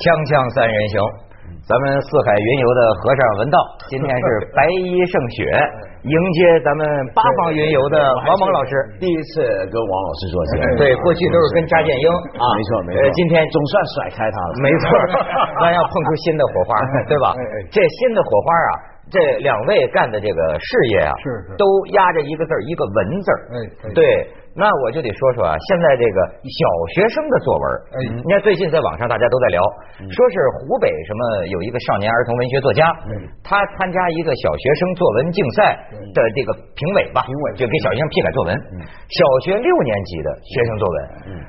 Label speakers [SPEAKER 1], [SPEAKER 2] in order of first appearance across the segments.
[SPEAKER 1] 锵锵三人行，咱们四海云游的和尚 文道，今天是白衣胜雪，迎接咱们八方云游的王蒙老师。
[SPEAKER 2] 第一次跟王老师做节目，
[SPEAKER 1] 对，过去都是跟查建英
[SPEAKER 2] 啊，没错没错
[SPEAKER 1] 呃，今天
[SPEAKER 2] 总算甩开他了，
[SPEAKER 1] 没错， 咱要碰出新的火花，
[SPEAKER 2] 哎
[SPEAKER 1] 对吧？这新的火花啊，这两位干的这个事业啊，
[SPEAKER 3] 是是
[SPEAKER 1] 都压着一个字儿一个文字儿。
[SPEAKER 3] 哎对
[SPEAKER 1] 对，那我就得说说啊，现在这个小学生的作文，
[SPEAKER 3] 哎
[SPEAKER 1] 你看最近在网上大家都在聊，
[SPEAKER 2] 嗯
[SPEAKER 1] 说是湖北什么有一个少年儿童文学作家，
[SPEAKER 2] 嗯
[SPEAKER 1] 他参加一个小学生作文竞赛的这个评委吧，
[SPEAKER 2] 评委嗯
[SPEAKER 1] 就给小学生批改作文，小学六年级的学生作文，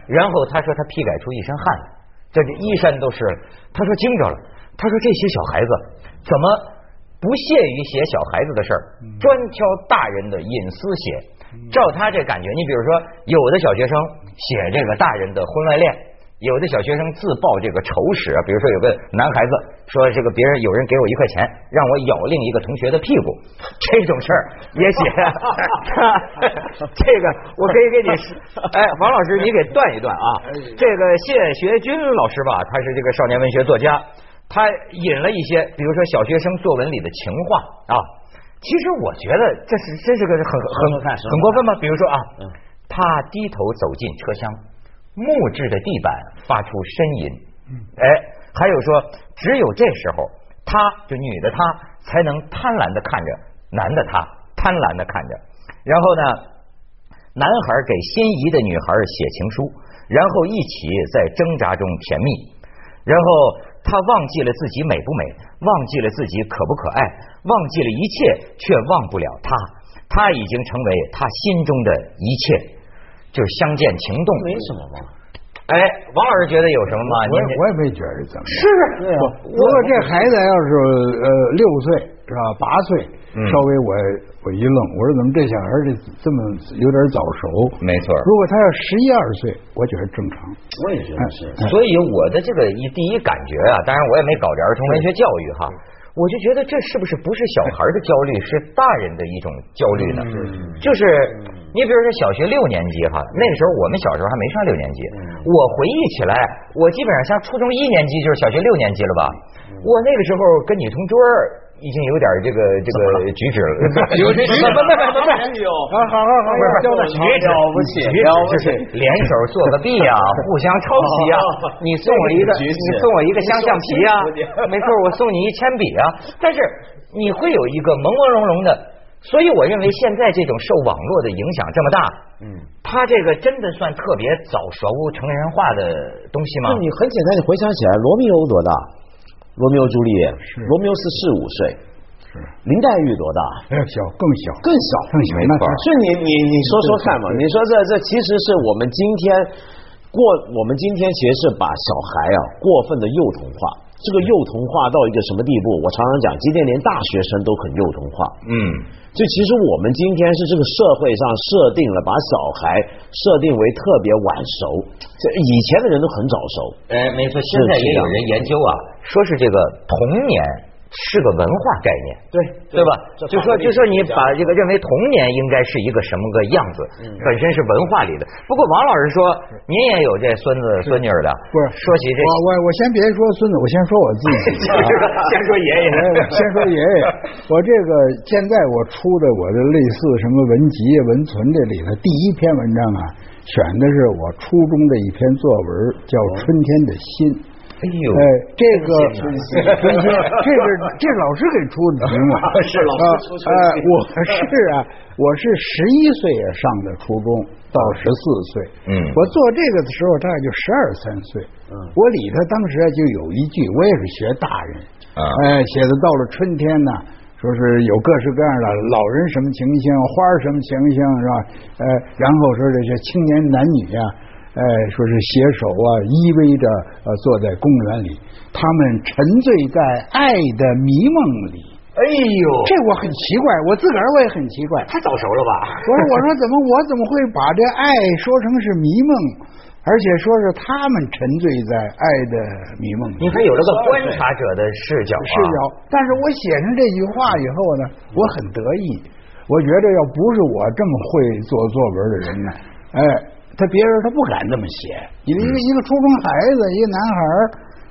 [SPEAKER 1] 然后他说他批改出一身汗来，这这衣衫都湿了，他说惊着了，他说这些小孩子怎么不屑于写小孩子的事儿，
[SPEAKER 2] 嗯
[SPEAKER 1] 专挑大人的隐私写。照他这感觉，你比如说，有的小学生写这个大人的婚外恋，有的小学生自曝这个仇史，比如说有个男孩子说这个别人有人给我一块钱，让我咬另一个同学的屁股， 这种事儿也写。 这个我可以给你，哎，王老师你给断一断啊。这个谢学军老师吧，他是这个少年文学作家，他引了一些，比如说小学生作文里的情话啊。其实我觉得这是这是个很很
[SPEAKER 2] 说说看说说看
[SPEAKER 1] 很过分吗？比如说啊，他低头走进车厢，木质的地板发出呻吟。哎，还有说，只有这时候，他就女的她才能贪婪的看着男的他，贪婪的看着。然后呢，男孩给心仪的女孩写情书，然后一起在挣扎中甜蜜。然后他忘记了自己美不美，忘记了自己可不可爱，忘记了一切，却忘不了他。他已经成为他心中的一切，就是相见情动。
[SPEAKER 2] 没什么吧？
[SPEAKER 1] 哎，王老师觉得有什么吗？
[SPEAKER 3] 我也
[SPEAKER 1] 您
[SPEAKER 3] 我也没觉得怎么样。
[SPEAKER 1] 是
[SPEAKER 2] 对啊
[SPEAKER 3] 不过这孩子要是呃六岁是吧，八岁，
[SPEAKER 1] 嗯
[SPEAKER 3] 稍微我我一愣，我说怎么这小孩儿这这么有点早熟？
[SPEAKER 1] 没错
[SPEAKER 3] 如果他要十一二岁，我觉得正常。哎
[SPEAKER 2] 我也觉得是。
[SPEAKER 1] 所以我的这个一第一感觉啊，当然我也没搞这儿童文学教育哈，我就觉得这是不是不是小孩儿的焦虑，是大人的一种焦虑呢？就是你比如说小学六年级哈，那个时候我们小时候还没上六年级，我回忆起来，我基本上像初中一年级就是小学六年级了吧？我那个时候跟女同桌儿已经有点这个这个举止了，有这不不不不不。
[SPEAKER 2] 有，
[SPEAKER 3] 好好好好，
[SPEAKER 1] 不是
[SPEAKER 3] 交代。
[SPEAKER 1] 举止
[SPEAKER 2] 了不起
[SPEAKER 1] 举止
[SPEAKER 2] 了
[SPEAKER 1] 就
[SPEAKER 2] 不起
[SPEAKER 1] 是联手做 个弊啊，互相抄袭啊
[SPEAKER 2] 哦。
[SPEAKER 1] 你送我一个，
[SPEAKER 2] 这是举止
[SPEAKER 1] 你送我一个相橡皮啊
[SPEAKER 2] 你说清楚，
[SPEAKER 1] 没错，我送你一铅笔啊。但是你会有一个朦朦胧胧的，所以我认为现在这种受网络的影响这么大，嗯，他这个真的算特别早熟成人化的东西吗
[SPEAKER 2] 那？你很简单，你回想起来，罗密欧多大？罗密欧朱丽叶，罗密欧是四五岁，林黛玉多大？
[SPEAKER 3] 哎小更小，
[SPEAKER 2] 更小，
[SPEAKER 3] 更小
[SPEAKER 2] 没
[SPEAKER 3] 那
[SPEAKER 2] 错
[SPEAKER 3] 是。
[SPEAKER 2] 所以你你你说说看嘛，你说这这其实是我们今天过，我们今天其实是把小孩啊过分的幼童化。这个幼童化到一个什么地步？我常常讲，今天连大学生都很幼童化。
[SPEAKER 1] 嗯，
[SPEAKER 2] 就其实我们今天是这个社会上设定了，把小孩设定为特别晚熟。这以前的人都很早熟，
[SPEAKER 1] 哎，没错，现在
[SPEAKER 2] 是
[SPEAKER 1] 也有
[SPEAKER 2] 是
[SPEAKER 1] 人研究啊，说是这个童年是个文化概念。
[SPEAKER 2] 对
[SPEAKER 1] 对吧？就说就说你
[SPEAKER 2] 把。
[SPEAKER 1] 把这个认为童年应该是一个什么个样子，
[SPEAKER 3] 嗯
[SPEAKER 1] 本身是文化里的。不过王老师说，您也有这孙子孙女儿的，
[SPEAKER 3] 不嗯是
[SPEAKER 1] 说起这
[SPEAKER 3] 我，我我先别说孙子，我先说我自己。啊
[SPEAKER 1] 先说爷爷
[SPEAKER 3] 哎 先说爷爷，我这个现在我出的我的类似什么文集、文存这里头，第一篇文章啊，选的是我初中的一篇作文，叫《春天的心》。
[SPEAKER 1] 哎呦
[SPEAKER 3] 哎，，这个春心，这是这老师给出的题目，
[SPEAKER 2] 是老师出春心
[SPEAKER 3] 哎，我是啊，我是十一岁也上的初中，到十四岁，
[SPEAKER 1] 嗯
[SPEAKER 3] 我做这个的时候大概就十二三岁，嗯，我里头当时就有一句，我也是学大人，
[SPEAKER 1] 啊
[SPEAKER 3] 哎，写的到了春天呢。说是有各式各样的老人什么情形，花儿什么情形是吧？呃，然后说这些青年男女啊，呃，说是携手啊，依偎着呃坐在公园里，他们沉醉在爱的迷梦里。
[SPEAKER 1] 哎呦，
[SPEAKER 3] 这我很奇怪，我自个儿我也很奇怪。
[SPEAKER 1] 太早熟了吧？
[SPEAKER 3] 我说我说怎么我怎么会把这爱说成是迷梦，而且说是他们沉醉在爱的迷梦里
[SPEAKER 1] 你。还有了个观察者的视角、啊，
[SPEAKER 3] 是有，但是我写上这句话以后呢，我很得意。我觉得要不是我这么会做作文的人 呢，
[SPEAKER 1] 嗯
[SPEAKER 3] 哎，他别人他不敢这么写。你一个一个初中孩子，一个男孩儿，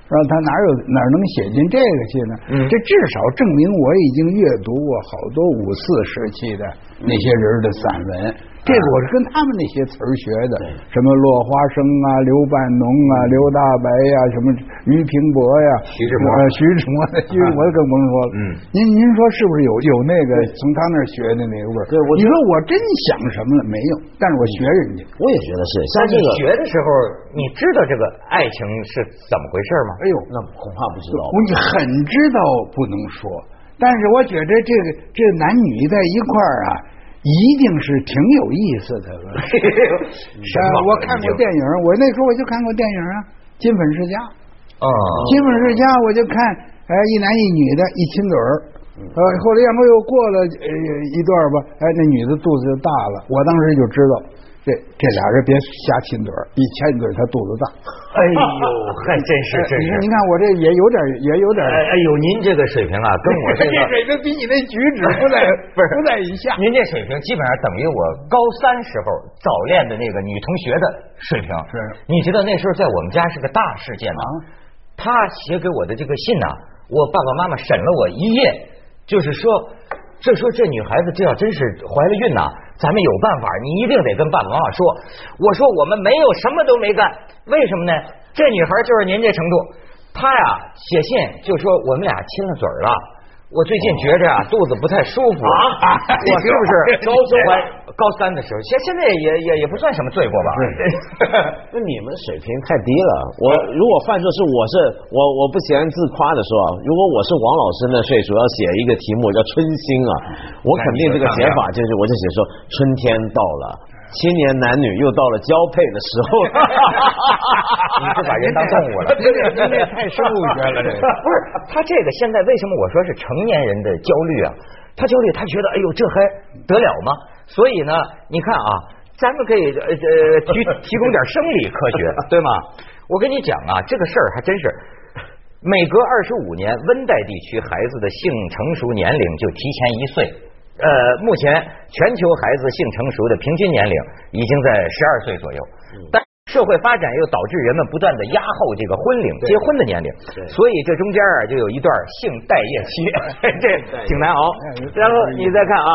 [SPEAKER 3] 然后他哪有哪能写进这个去呢？
[SPEAKER 1] 嗯
[SPEAKER 3] 这至少证明我已经阅读过好多五四时期的
[SPEAKER 1] 嗯
[SPEAKER 3] 那些人的散文。
[SPEAKER 1] 啊
[SPEAKER 3] 这个我是跟他们那些词儿学的，什么落花生啊、刘半农啊、刘大白呀、什么俞平伯呀、
[SPEAKER 1] 徐志摩
[SPEAKER 3] 呃徐志摩、徐志摩更甭说了。
[SPEAKER 1] 嗯
[SPEAKER 3] 您您说是不是有有那个从他那儿学的那个味儿？
[SPEAKER 2] 对我
[SPEAKER 3] 你
[SPEAKER 2] 觉嗯
[SPEAKER 3] 说我真想什么了没有？但是我学人家。
[SPEAKER 2] 我也觉得是，像
[SPEAKER 1] 那
[SPEAKER 2] 这
[SPEAKER 1] 你
[SPEAKER 2] 个，
[SPEAKER 1] 学的时候，你知道这个爱情是怎么回事吗？
[SPEAKER 3] 哎呦，
[SPEAKER 2] 那恐怕不知道。
[SPEAKER 3] 我你很知道不能说，但是我觉得这个这男女在一块儿啊，一定是挺有意思的了。
[SPEAKER 1] 什
[SPEAKER 3] 呃
[SPEAKER 1] 么？
[SPEAKER 3] 我看过电影，我那时候我就看过电影啊，《金粉世家》。
[SPEAKER 1] 啊，
[SPEAKER 3] 《金粉世家》，我就看，哎，一男一女的，一亲嘴儿。呃，后来要不又过了呃一段吧，哎，那女的肚子就大了。我当时就知道，这这俩人别瞎亲嘴儿，一亲嘴儿她肚子大。
[SPEAKER 1] 哎呦，还真是
[SPEAKER 3] 哎
[SPEAKER 1] 真
[SPEAKER 3] 你
[SPEAKER 1] 是
[SPEAKER 3] 看，。你看我这也有点儿，也有点儿。
[SPEAKER 1] 哎哎呦，您这个水平啊，跟我这 个
[SPEAKER 3] 水平比你那举止不在
[SPEAKER 1] 不是
[SPEAKER 3] 不在一下。
[SPEAKER 1] 您这水平基本上等于我高三时候早恋的那个女同学的水平。
[SPEAKER 3] 是，
[SPEAKER 1] 你知道那时候在我们家是个大事件吗？他写给我的这个信呐、我爸爸妈妈审了我一夜，就是说，这说这女孩子这要真是怀了孕呐、咱们有办法，你一定得跟爸爸妈妈说。我说我们没有什么都没干，为什么呢？这女孩就是您这程度，她呀写信就说我们俩亲了嘴儿了。我最近觉着啊，肚子不太舒服
[SPEAKER 2] 哦啊
[SPEAKER 1] 我是不是
[SPEAKER 2] 高中
[SPEAKER 1] 怀高三的时候，现现在也也也不算什么罪过吧？
[SPEAKER 2] 那你们水平太低了。我如果犯错是我是我我不嫌自夸的说啊，如果我是王老师那岁数要写一个题目叫春心啊，我肯定这个写法就是我就写说春天到了，青年男女又到了交配的时候。
[SPEAKER 1] 你是把人当动物了
[SPEAKER 3] 您这您这太生物学了这个
[SPEAKER 1] 不是他这个现在为什么我说是成年人的焦虑啊？他焦虑，他觉得哎呦这还得了吗？所以呢，你看啊，咱们可以呃呃 提提供点生理科学，对吗？我跟你讲啊，这个事儿还真是。每隔二十五年，温带地区孩子的性成熟年龄就提前一岁。呃，目前全球孩子性成熟的平均年龄已经在十二岁左右，但社会发展又导致人们不断的压后这个婚龄、结婚的年龄，所以这中间啊就有一段性待业期， 嗯这挺难熬。然后你再看啊。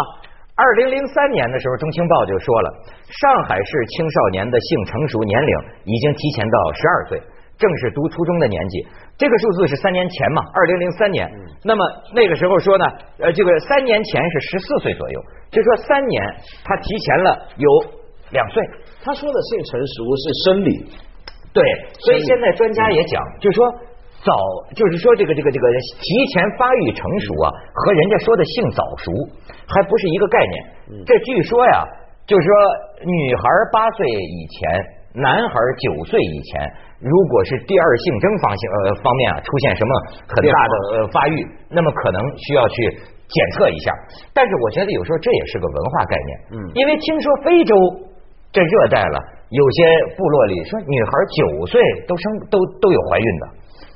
[SPEAKER 1] 二零零三年的时候，中青报就说了，上海市青少年的性成熟年龄已经提前到十二岁，正是读初中的年纪。这个数字是三年前嘛，二零零三年。那么那个时候说呢，呃，这个三年前是十四岁左右，就说三年他提前了有两岁。
[SPEAKER 2] 他说的性成熟是生理，
[SPEAKER 1] 对，所以现在专家也讲，就是说早，就是说这个这个这个提前发育成熟啊，和人家说的性早熟还不是一个概念。这据说呀，就是说女孩八岁以前，男孩九岁以前，如果是第二性征方向呃方面啊出现什么很大的呃发育，那么可能需要去检测一下。但是我觉得有时候这也是个文化概念，嗯，因为听说非洲这热带了，有些部落里说女孩九岁都生都都有怀孕的。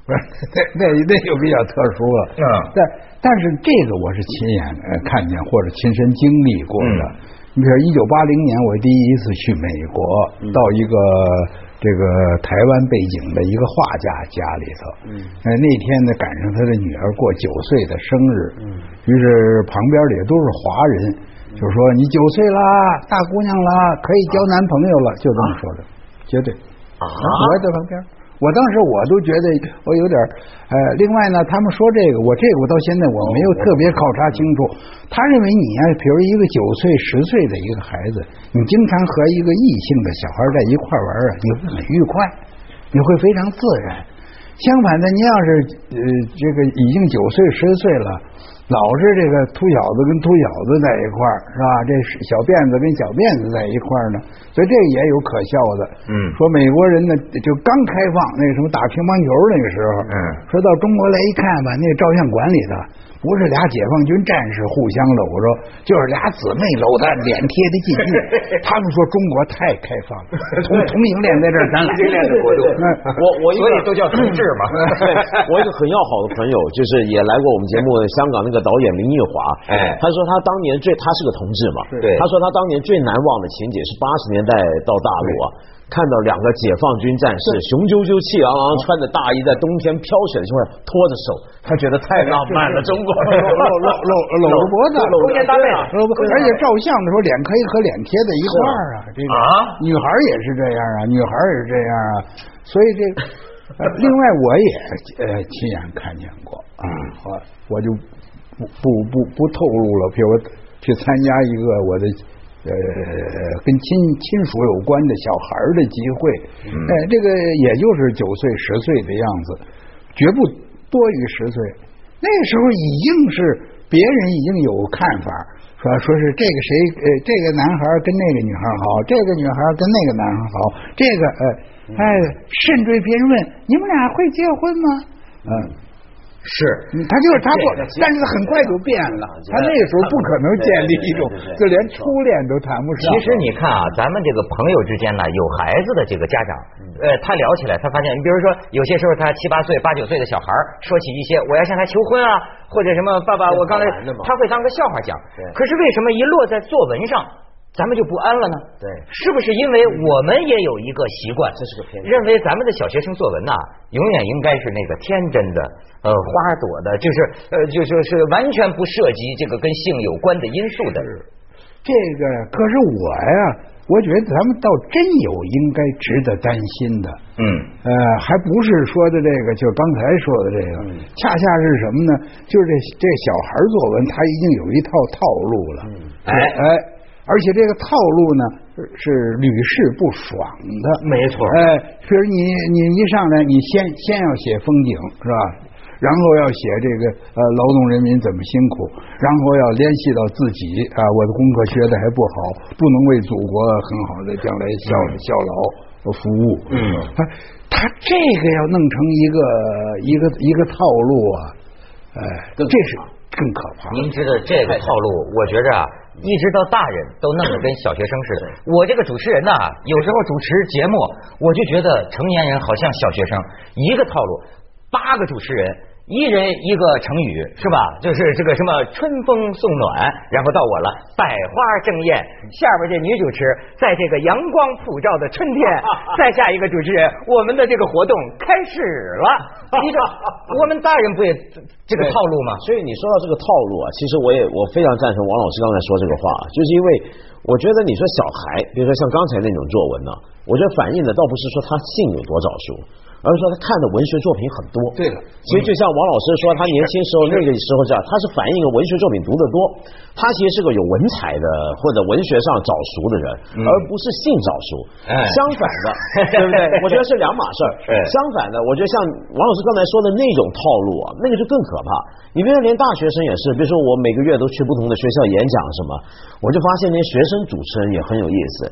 [SPEAKER 3] 不是， 那那那就比较特殊了。
[SPEAKER 1] 嗯
[SPEAKER 3] 但但是这个我是亲眼呃看见或者亲身经历过的。
[SPEAKER 1] 嗯
[SPEAKER 3] 你比如一九八零年，我第一次去美国，到一个这个台湾背景的一个画家家里头。嗯，呃，那天呢赶上他的女儿过九岁的生日，嗯，于是旁边的也都是华人，就说你九岁啦，大姑娘啦，可以交男朋友了，就这么说的，绝对。
[SPEAKER 1] 啊
[SPEAKER 3] 我也在旁边。我当时我都觉得我有点儿呃，另外呢，他们说这个，我这个我到现在我没有特别考察清楚。他认为你呀、比如一个九岁、十岁的一个孩子，你经常和一个异性的小孩在一块儿玩儿啊，你会很愉快，你会非常自然。相反的，你要是呃这个已经九岁、十岁了，老是这个秃小子跟秃小子在一块儿，是吧？这小辫子跟小辫子在一块儿呢，所以这也有可笑的。
[SPEAKER 1] 嗯
[SPEAKER 3] 说美国人呢，就刚开放那个什么打乒乓球那个时候，
[SPEAKER 1] 嗯
[SPEAKER 3] 说到中国来一看吧，那个照相馆里头不是俩解放军战士互相搂着，就是俩姊妹搂的，脸贴得近近。 他们说中国太开放 了，同同性恋在这儿咱 俩
[SPEAKER 1] 同性恋的国度
[SPEAKER 3] 嗯
[SPEAKER 2] 我我一
[SPEAKER 1] 所
[SPEAKER 2] 个
[SPEAKER 1] 以都叫同志嘛。
[SPEAKER 2] 对， 我一个很要好的朋友，就是也来过我们节目，香港那个导演林奕华，
[SPEAKER 1] 哎
[SPEAKER 2] 他说他当年最，他是个同志嘛，
[SPEAKER 1] 对
[SPEAKER 2] 他说他当年最难忘的情节是八十年代到大陆啊，看到两个解放军战士雄赳赳、气昂
[SPEAKER 1] 嗯
[SPEAKER 2] 昂，穿着大衣在冬天飘雪的情况下拖着手，他觉得太浪漫了，中国人
[SPEAKER 3] 搂搂搂搂搂着脖子，
[SPEAKER 2] 搂着
[SPEAKER 1] 搭配
[SPEAKER 2] 对啊
[SPEAKER 3] 搂着脖子而且照相的时候脸可以和脸贴在一块儿啊，这个
[SPEAKER 1] 啊
[SPEAKER 3] 女孩儿也是这样啊，女孩儿也是这样啊，所以这个。呃另外，我也呃亲眼看见过啊，我我就不不不不透露了。譬如我去参加一个我的呃跟亲亲属有关的小孩儿的集会，哎、这个也就是九岁十岁的样子，绝不多于十岁。那个时候已经是别人已经有看法，说说是这个谁呃这个男孩儿跟那个女孩儿好，这个女孩儿跟那个男孩儿好，这个呃哎，甚至于别人问你们俩会结婚吗？嗯，
[SPEAKER 1] 是
[SPEAKER 3] 嗯他就是他不
[SPEAKER 2] 这个其，实
[SPEAKER 3] 但是很快就变了
[SPEAKER 2] 我。觉得
[SPEAKER 3] 他那个时候不可能建立一种
[SPEAKER 2] 对对对对对，
[SPEAKER 3] 就连初恋都谈不上。
[SPEAKER 1] 其实你看啊，咱们这个朋友之间呢，有孩子的这个家长，
[SPEAKER 2] 嗯
[SPEAKER 1] 呃，他聊起来，他发现，你比如说，有些时候他七八岁、八九岁的小孩儿说起一些我要向他求婚啊，或者什么爸爸，
[SPEAKER 2] 这
[SPEAKER 1] 我刚才
[SPEAKER 2] 好玩的嘛
[SPEAKER 1] 他会当个笑话讲
[SPEAKER 2] 对。
[SPEAKER 1] 可是为什么一落在作文上，咱们就不安了呢？
[SPEAKER 2] 对
[SPEAKER 1] 是不是因为我们也有一个习惯，
[SPEAKER 2] 这是个偏见
[SPEAKER 1] 认为咱们的小学生作文呐、永远应该是那个天真的，呃，花朵的，就是呃，就就是完全不涉及这个跟性有关的因素的。
[SPEAKER 3] 这个，可是我呀，我觉得咱们倒真有应该值得担心的。
[SPEAKER 1] 嗯。
[SPEAKER 3] 呃，还不是说的这个，就是刚才说的这个，
[SPEAKER 1] 嗯
[SPEAKER 3] 恰恰是什么呢？就是这这小孩儿作文，他已经有一套套路了，
[SPEAKER 1] 嗯
[SPEAKER 3] 哎哎，而且这个套路呢是是屡试不爽的，
[SPEAKER 1] 没错
[SPEAKER 3] 哎，比如你你一上来，你先先要写风景是吧？然后要写这个呃劳动人民怎么辛苦，然后要联系到自己啊，我的功课学的还不好，不能为祖国很好的将来效
[SPEAKER 1] 嗯
[SPEAKER 3] 效劳服务。嗯，他他这个要弄成一个一个一个套路啊，哎，
[SPEAKER 2] 更
[SPEAKER 3] 这是更可怕。
[SPEAKER 1] 您知道这个套路，我觉着啊，一直到大人都弄得跟小学生似的。我这个主持人呐、有时候主持节目，我就觉得成年人好像小学生，一个套路，八个主持人。一人一个成语是吧？就是这个什么“春风送暖”，然后到我了，“百花争艳”。下边这女主持，在这个阳光普照的春天，再下一个主持人，我们的这个活动开始了。你这我们大人不也这个
[SPEAKER 2] 对
[SPEAKER 1] 套路吗？
[SPEAKER 2] 所以你说到这个套路啊，其实我也我非常赞成王老师刚才说这个话，啊就是因为我觉得你说小孩，比如说像刚才那种作文呢、我觉得反映的倒不是说他性有多早熟。而是说他看的文学作品很多，
[SPEAKER 3] 对了
[SPEAKER 2] 所以就像王老师说，他年轻时候那个时候这样，他是反映一个文学作品读得多，他其实是个有文采的或者文学上早熟的人，而不是性早熟。
[SPEAKER 1] 哎
[SPEAKER 2] 相反的， 对不对？我觉得是两码事儿。
[SPEAKER 1] 是
[SPEAKER 2] 相反的，我觉得像王老师刚才说的那种套路啊，那个就更可怕。你比如说，连大学生也是，比如说我每个月都去不同的学校演讲什么，我就发现连学生主持人也很有意思。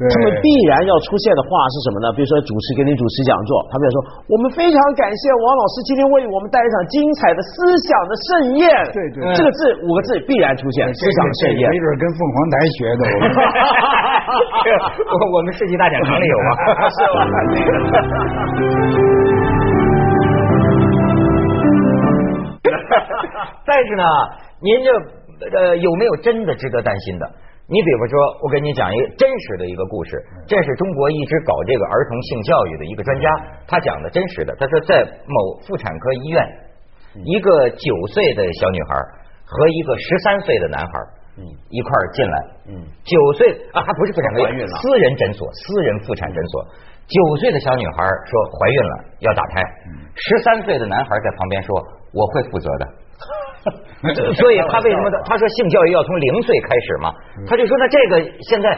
[SPEAKER 3] 对
[SPEAKER 2] 他们必然要出现的话是什么呢？比如说主持给你主持讲座，他们要说我们非常感谢王老师今天为我们带来一场精彩的思想的盛宴。
[SPEAKER 3] 对对
[SPEAKER 2] 这个字五个字必然出现，思想盛宴
[SPEAKER 3] 没。准跟凤凰台学的。我们
[SPEAKER 1] 我我们世纪大讲堂里有吗？ 但是呢，您这呃有没有真的值得担心的？你比方说，我给你讲一个真实的一个故事，这是中国一直搞这个儿童性教育的一个专家，他讲的真实的。他说，在某妇产科医院，一个九岁的小女孩和一个十三岁的男孩一块儿进来，九岁啊，还不是妇产科
[SPEAKER 2] 怀孕了
[SPEAKER 1] 私人诊所，私人妇产诊所。九岁的小女孩说怀孕了，要打胎。十三岁的男孩在旁边说：“我会负责的。”所以他为什么他说性教育要从零岁开始嘛？他就说那这个现在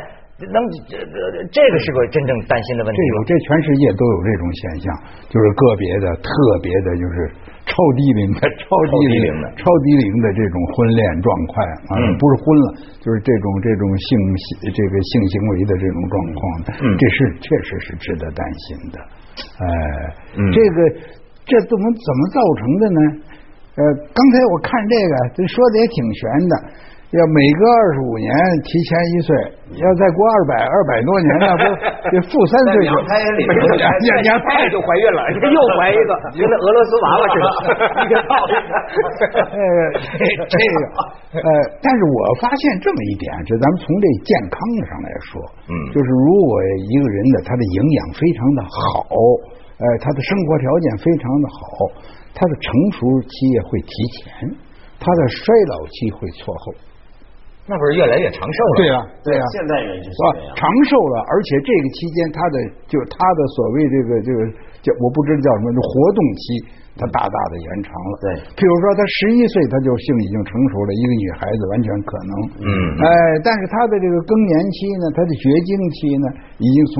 [SPEAKER 1] 能这这这个是个真正担心的问题
[SPEAKER 3] 这有
[SPEAKER 1] 吗？
[SPEAKER 3] 这全世界都有这种现象，就是个别的、特别的，就是超低龄的、超低
[SPEAKER 1] 低龄
[SPEAKER 3] 龄
[SPEAKER 1] 的
[SPEAKER 3] 超低龄的这种婚恋状况啊，
[SPEAKER 1] 嗯
[SPEAKER 3] 不是婚了，就是这种这种性这个性行为的这种状况，
[SPEAKER 1] 嗯
[SPEAKER 3] 这是确实是值得担心的。哎、
[SPEAKER 1] 嗯
[SPEAKER 3] 这个这怎么怎么造成的呢？呃，刚才我看这个，这说的也挺悬的。要每隔二十五年提前一岁，要再过二百二百多年，那不这负三
[SPEAKER 2] 在
[SPEAKER 3] 岁
[SPEAKER 2] 娘
[SPEAKER 3] 就
[SPEAKER 2] 胎 里面
[SPEAKER 3] 娘娘娘胎
[SPEAKER 1] 就怀孕了，又怀一 个，就跟俄罗斯娃娃似的，一个套一个。
[SPEAKER 3] 哎呃，这这个呃，但是我发现这么一点，就咱们从这健康上来说，
[SPEAKER 1] 嗯
[SPEAKER 3] 就是如果一个人的他的营养非常的好，呃，他的生活条件非常的好，他的成熟期也会提前，他的衰老期会错后。
[SPEAKER 1] 那不是越来越长寿了？
[SPEAKER 3] 对呀、啊对呀、
[SPEAKER 2] 现代人就是
[SPEAKER 3] 是吧
[SPEAKER 2] 这样？。
[SPEAKER 3] 长寿了，而且这个期间他的就是他的所谓这个这个叫我不知道叫什么，就活动期他大大的延长了。
[SPEAKER 2] 对
[SPEAKER 3] 譬如说他十一岁他就性已经成熟了，一个女孩子完全可能。
[SPEAKER 1] 嗯
[SPEAKER 3] 哎，但是他的这个更年期呢，他的绝经期呢，已经从。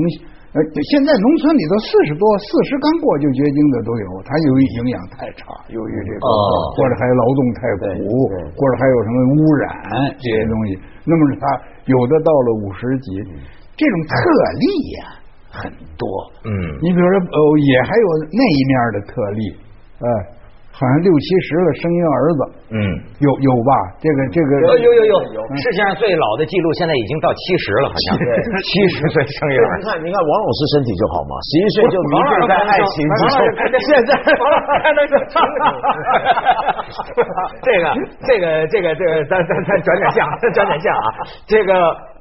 [SPEAKER 3] 呃，现在农村里头四十多、四十刚过就绝经的都有，他由于营养太差，由于这个，
[SPEAKER 1] 哦
[SPEAKER 3] 或者还劳动太苦
[SPEAKER 2] 对，对
[SPEAKER 3] 或者还有什么污染这些东西。那么他有的到了五十级，这种特例呀、很多。
[SPEAKER 1] 嗯
[SPEAKER 3] 你比如说，哦，也还有那一面的特例，哎，好像六七十了生一个儿子，
[SPEAKER 1] 嗯，
[SPEAKER 3] 有有吧？这个嗯这个，
[SPEAKER 1] 有有有有，世界上最老的记录现在已经到七十了，好像七十岁生育
[SPEAKER 2] 你看，你看，王老师身体就好嘛，十一岁就迷
[SPEAKER 1] 王老师
[SPEAKER 2] 醉在爱情之
[SPEAKER 1] 王
[SPEAKER 2] 中
[SPEAKER 1] 老师。
[SPEAKER 2] 现在，
[SPEAKER 1] 王老师还能说清楚。 这个，这个，这个，这个，咱咱咱转点向， 咱转点向啊。这个，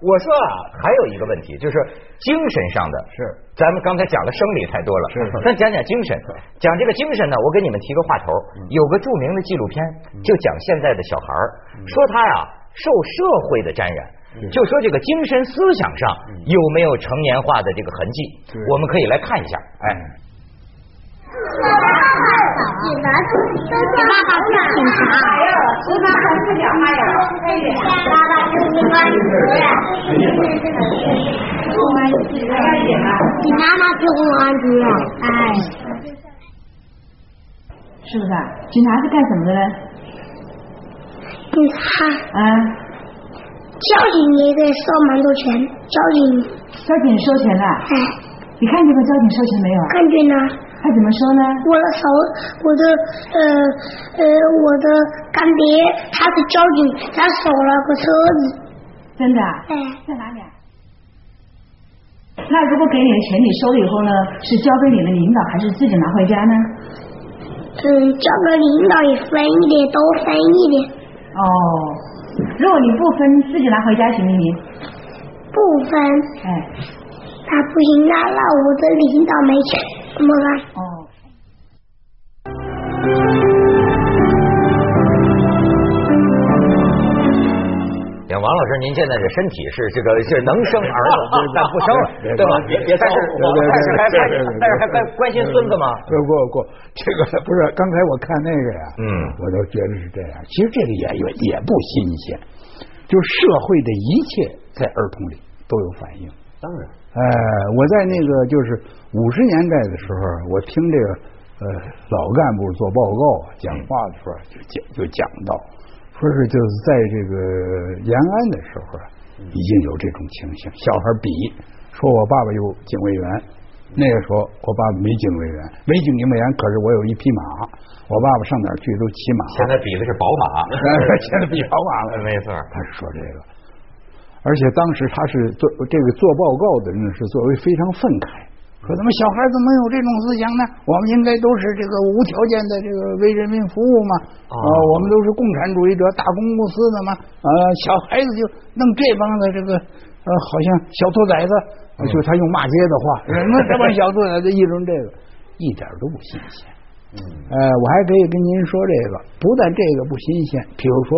[SPEAKER 1] 我说啊，还有一个问题，就是精神上的。
[SPEAKER 3] 是，
[SPEAKER 1] 咱们刚才讲了生理太多了，
[SPEAKER 3] 是是
[SPEAKER 1] 咱讲讲精神。讲这个精神呢，我给你们提个话头儿，
[SPEAKER 2] 嗯
[SPEAKER 1] 有个著名的纪录片，就讲现在的小孩儿，
[SPEAKER 2] 嗯
[SPEAKER 1] 说他呀受社会的沾染。就说这个精神思想上
[SPEAKER 2] 嗯
[SPEAKER 1] 有没有成年化的这个痕迹
[SPEAKER 3] 对，
[SPEAKER 1] 我们可以来看一下。哎，
[SPEAKER 2] 嗯
[SPEAKER 4] 你拿出给爸爸做警察，我爸爸是小花人，爸爸是公安局的，公安局的，你妈妈是公安局的，哎，
[SPEAKER 5] 是不是啊？警察是干什么的呢？
[SPEAKER 4] 警察
[SPEAKER 5] 啊，
[SPEAKER 4] 交警也得收馒头钱，交警，
[SPEAKER 5] 交警收钱了。
[SPEAKER 4] 哎，
[SPEAKER 5] 你看见过交警收钱没有啊？
[SPEAKER 4] 看见呢，
[SPEAKER 5] 他怎么说呢？
[SPEAKER 4] 我的手，我的呃呃，我的干爹他是交警，他守了个车子，
[SPEAKER 5] 真的、啊？
[SPEAKER 4] 哎，
[SPEAKER 5] 在哪里啊？那如果给你的钱你收了以后呢，是交给你的领导还是自己拿回家呢？
[SPEAKER 4] 嗯，交给领导也分一点，都分一点。
[SPEAKER 5] 哦，如果你不分，自己拿回家行不行？
[SPEAKER 4] 不分，
[SPEAKER 5] 哎，
[SPEAKER 4] 那不行，那那我的领导没钱怎么办？
[SPEAKER 5] 哦，
[SPEAKER 1] 行，王老师，您现在这身体是这个是能生儿子，但不生了，对吧？
[SPEAKER 2] 别
[SPEAKER 1] 但是
[SPEAKER 2] 别
[SPEAKER 3] 对对
[SPEAKER 1] 但是还
[SPEAKER 3] 对
[SPEAKER 1] 关
[SPEAKER 3] 对对
[SPEAKER 1] 但是还关关心孙子吗？
[SPEAKER 3] 不不不，这个不是刚才我看那个呀，
[SPEAKER 1] 嗯
[SPEAKER 3] 我都觉得是这样。其实这个也也也不新鲜，就是社会的一切在儿童里都有反应。
[SPEAKER 2] 当然，
[SPEAKER 3] 呃，我在那个就是五十年代的时候，我听这个呃老干部做报告啊讲话的时候就讲就讲到，说是就是在这个延安的时候啊，
[SPEAKER 1] 嗯
[SPEAKER 3] 已经有这种情形，小孩比说我爸爸有警卫员，那个时候我爸爸没警卫员，没警卫员，可是我有一匹马，我爸爸上哪儿去都骑马，
[SPEAKER 1] 现在比的是宝马，
[SPEAKER 3] 现在比宝马了，
[SPEAKER 1] 没错儿。
[SPEAKER 3] 他是说这个，而且当时他是做这个做报告的人是作为非常愤慨，说怎么小孩怎么有这种思想呢？我们应该都是这个无条件的这个为人民服务嘛，啊、我们都是共产主义者、大公无私的嘛，啊、小孩子就弄这帮子这个呃，好像小兔崽子，就他用骂街的话， 什么这帮小兔崽子议论这个，一点儿都不新鲜。呃，我还可以跟您说这个，不但这个不新鲜，比如说，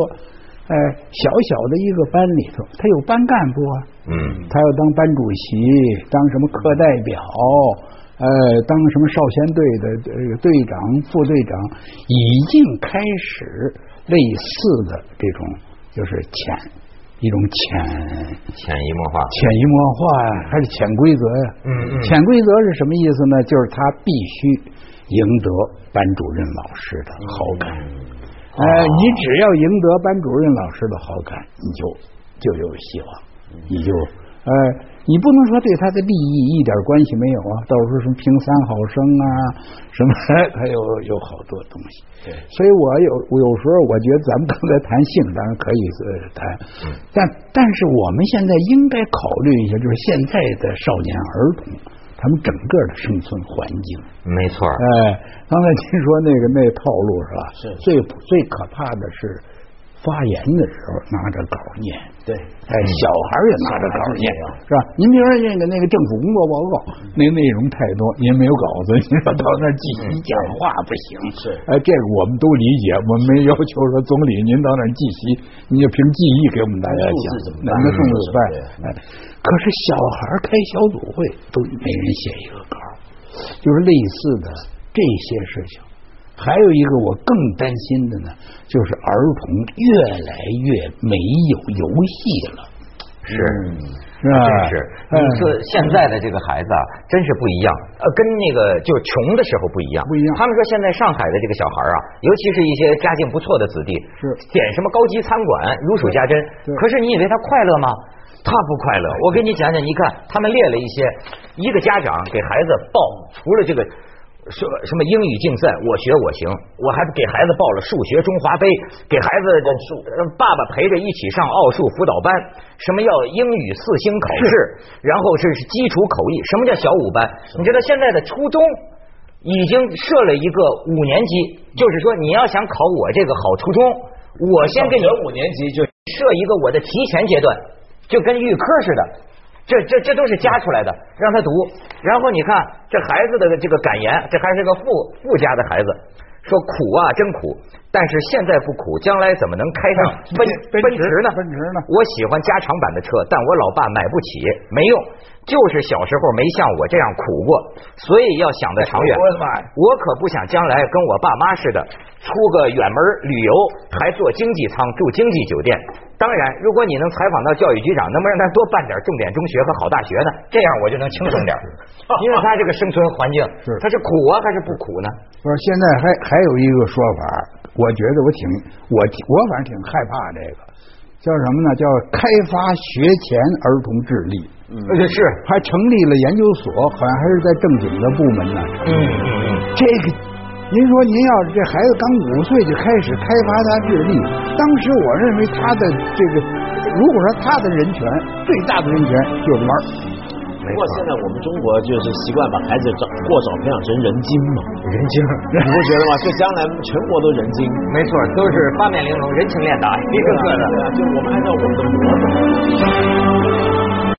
[SPEAKER 3] 呃，小小的一个班里头，他有班干部啊，
[SPEAKER 1] 嗯，
[SPEAKER 3] 他要当班主席，当什么课代表，呃，当什么少先队的这个队长、副队长，已经开始类似的这种就是潜一种潜
[SPEAKER 1] 潜移默化。
[SPEAKER 3] 潜移默化呀，还是潜规则呀？
[SPEAKER 1] 嗯嗯
[SPEAKER 3] 潜规则是什么意思呢？就是他必须赢得班主任老师的好感。哎、你只要赢得班主任老师的好感，你就就有希望，你就呃，你不能说对他的利益一点关系没有啊。到时候什么评三好生啊，什么 还有有好多东西。所以我有我有时候我觉得咱们刚才谈性，咱们可以呃谈，但但是我们现在应该考虑一下，就是现在的少年儿童，他们整个的生存环境。
[SPEAKER 1] 没错儿。
[SPEAKER 3] 哎，刚才您说那个那套路是吧？
[SPEAKER 2] 是
[SPEAKER 3] 最最可怕的是发言的时候拿着稿念，
[SPEAKER 2] 对
[SPEAKER 3] 哎，小孩儿也拿着稿念，是吧？您比如说那个那个政府工作报告，那内容太多，您没有稿子，您说到那儿记你讲话不行。
[SPEAKER 2] 是
[SPEAKER 3] 哎，这个我们都理解，我们没要求说总理您到那儿记习，您就凭记忆给我们大家讲
[SPEAKER 2] 数字怎么，办
[SPEAKER 3] 那那更怎么办
[SPEAKER 2] 对？
[SPEAKER 3] 哎，可是小孩儿开小组会都每人写一个稿儿，就是类似的这些事情。还有一个我更担心的呢，就是儿童越来越没有游戏了，嗯
[SPEAKER 1] 是。
[SPEAKER 3] 是吧？
[SPEAKER 1] 真是，
[SPEAKER 3] 嗯
[SPEAKER 1] 你说现在的这个孩子啊，真是不一样，呃，跟那个就是穷的时候不一样，
[SPEAKER 3] 不一样
[SPEAKER 1] 他们说现在上海的这个小孩啊，尤其是一些家境不错的子弟，
[SPEAKER 3] 是
[SPEAKER 1] 点什么高级餐馆，如数家珍
[SPEAKER 3] 对。
[SPEAKER 1] 可是你以为他快乐吗？他不快乐。我给你讲讲，你看他们列了一些，一个家长给孩子报，除了这个。说什么英语竞赛，我学我行，我还给孩子报了数学中华杯，给孩子这呃爸爸陪着一起上奥数辅导班，什么要英语四星考试，然后是是基础口译，什么叫小五班？你知道现在的初中已经设了一个五年级，就是说你要想考我这个好初中，我先给你
[SPEAKER 2] 小学五年级就
[SPEAKER 1] 设一个我的提前阶段，就跟预科似的。这这这都是加出来的，让他读。然后你看这孩子的这个感言，这还是个富富家的孩子，说苦啊，真苦。但是现在不苦，将来怎么能开上奔
[SPEAKER 3] 哎奔
[SPEAKER 1] 奔驰呢？
[SPEAKER 3] 奔驰呢
[SPEAKER 1] 我喜欢加长版的车，但我老爸买不起，没用。就是小时候没像我这样苦过，所以要想得长远。
[SPEAKER 3] 哎我的妈呀
[SPEAKER 1] 我可不想将来跟我爸妈似的，出个远门旅游，还坐经济舱住经济酒店。当然，如果你能采访到教育局长，能不能让他多办点重点中学和好大学呢？这样我就能轻松点儿，因为他这个生存环境
[SPEAKER 3] 是，
[SPEAKER 1] 他是苦啊还是不苦呢？
[SPEAKER 3] 不是，现在还还有一个说法，我觉得我挺我我反正挺害怕这个，叫什么呢？叫开发学前儿童智力，
[SPEAKER 1] 嗯，是，
[SPEAKER 3] 还成立了研究所，好像还是在正经的部门呢。
[SPEAKER 1] 嗯嗯嗯，
[SPEAKER 3] 这个，您说您要是这孩子刚五岁就开始开发他智力，当时我认为他的这个，如果说他的人权最大的人权就是玩儿。
[SPEAKER 2] 不过现在我们中国就是习惯把孩子找过早培养成人精嘛，人精， 你不觉得吗？这将来全国都 人精，
[SPEAKER 1] 没错，都是
[SPEAKER 2] 啊
[SPEAKER 1] 八面玲珑，人情练达，一个个的。
[SPEAKER 2] 对啊，就我们按照我们的模子。
[SPEAKER 4] 我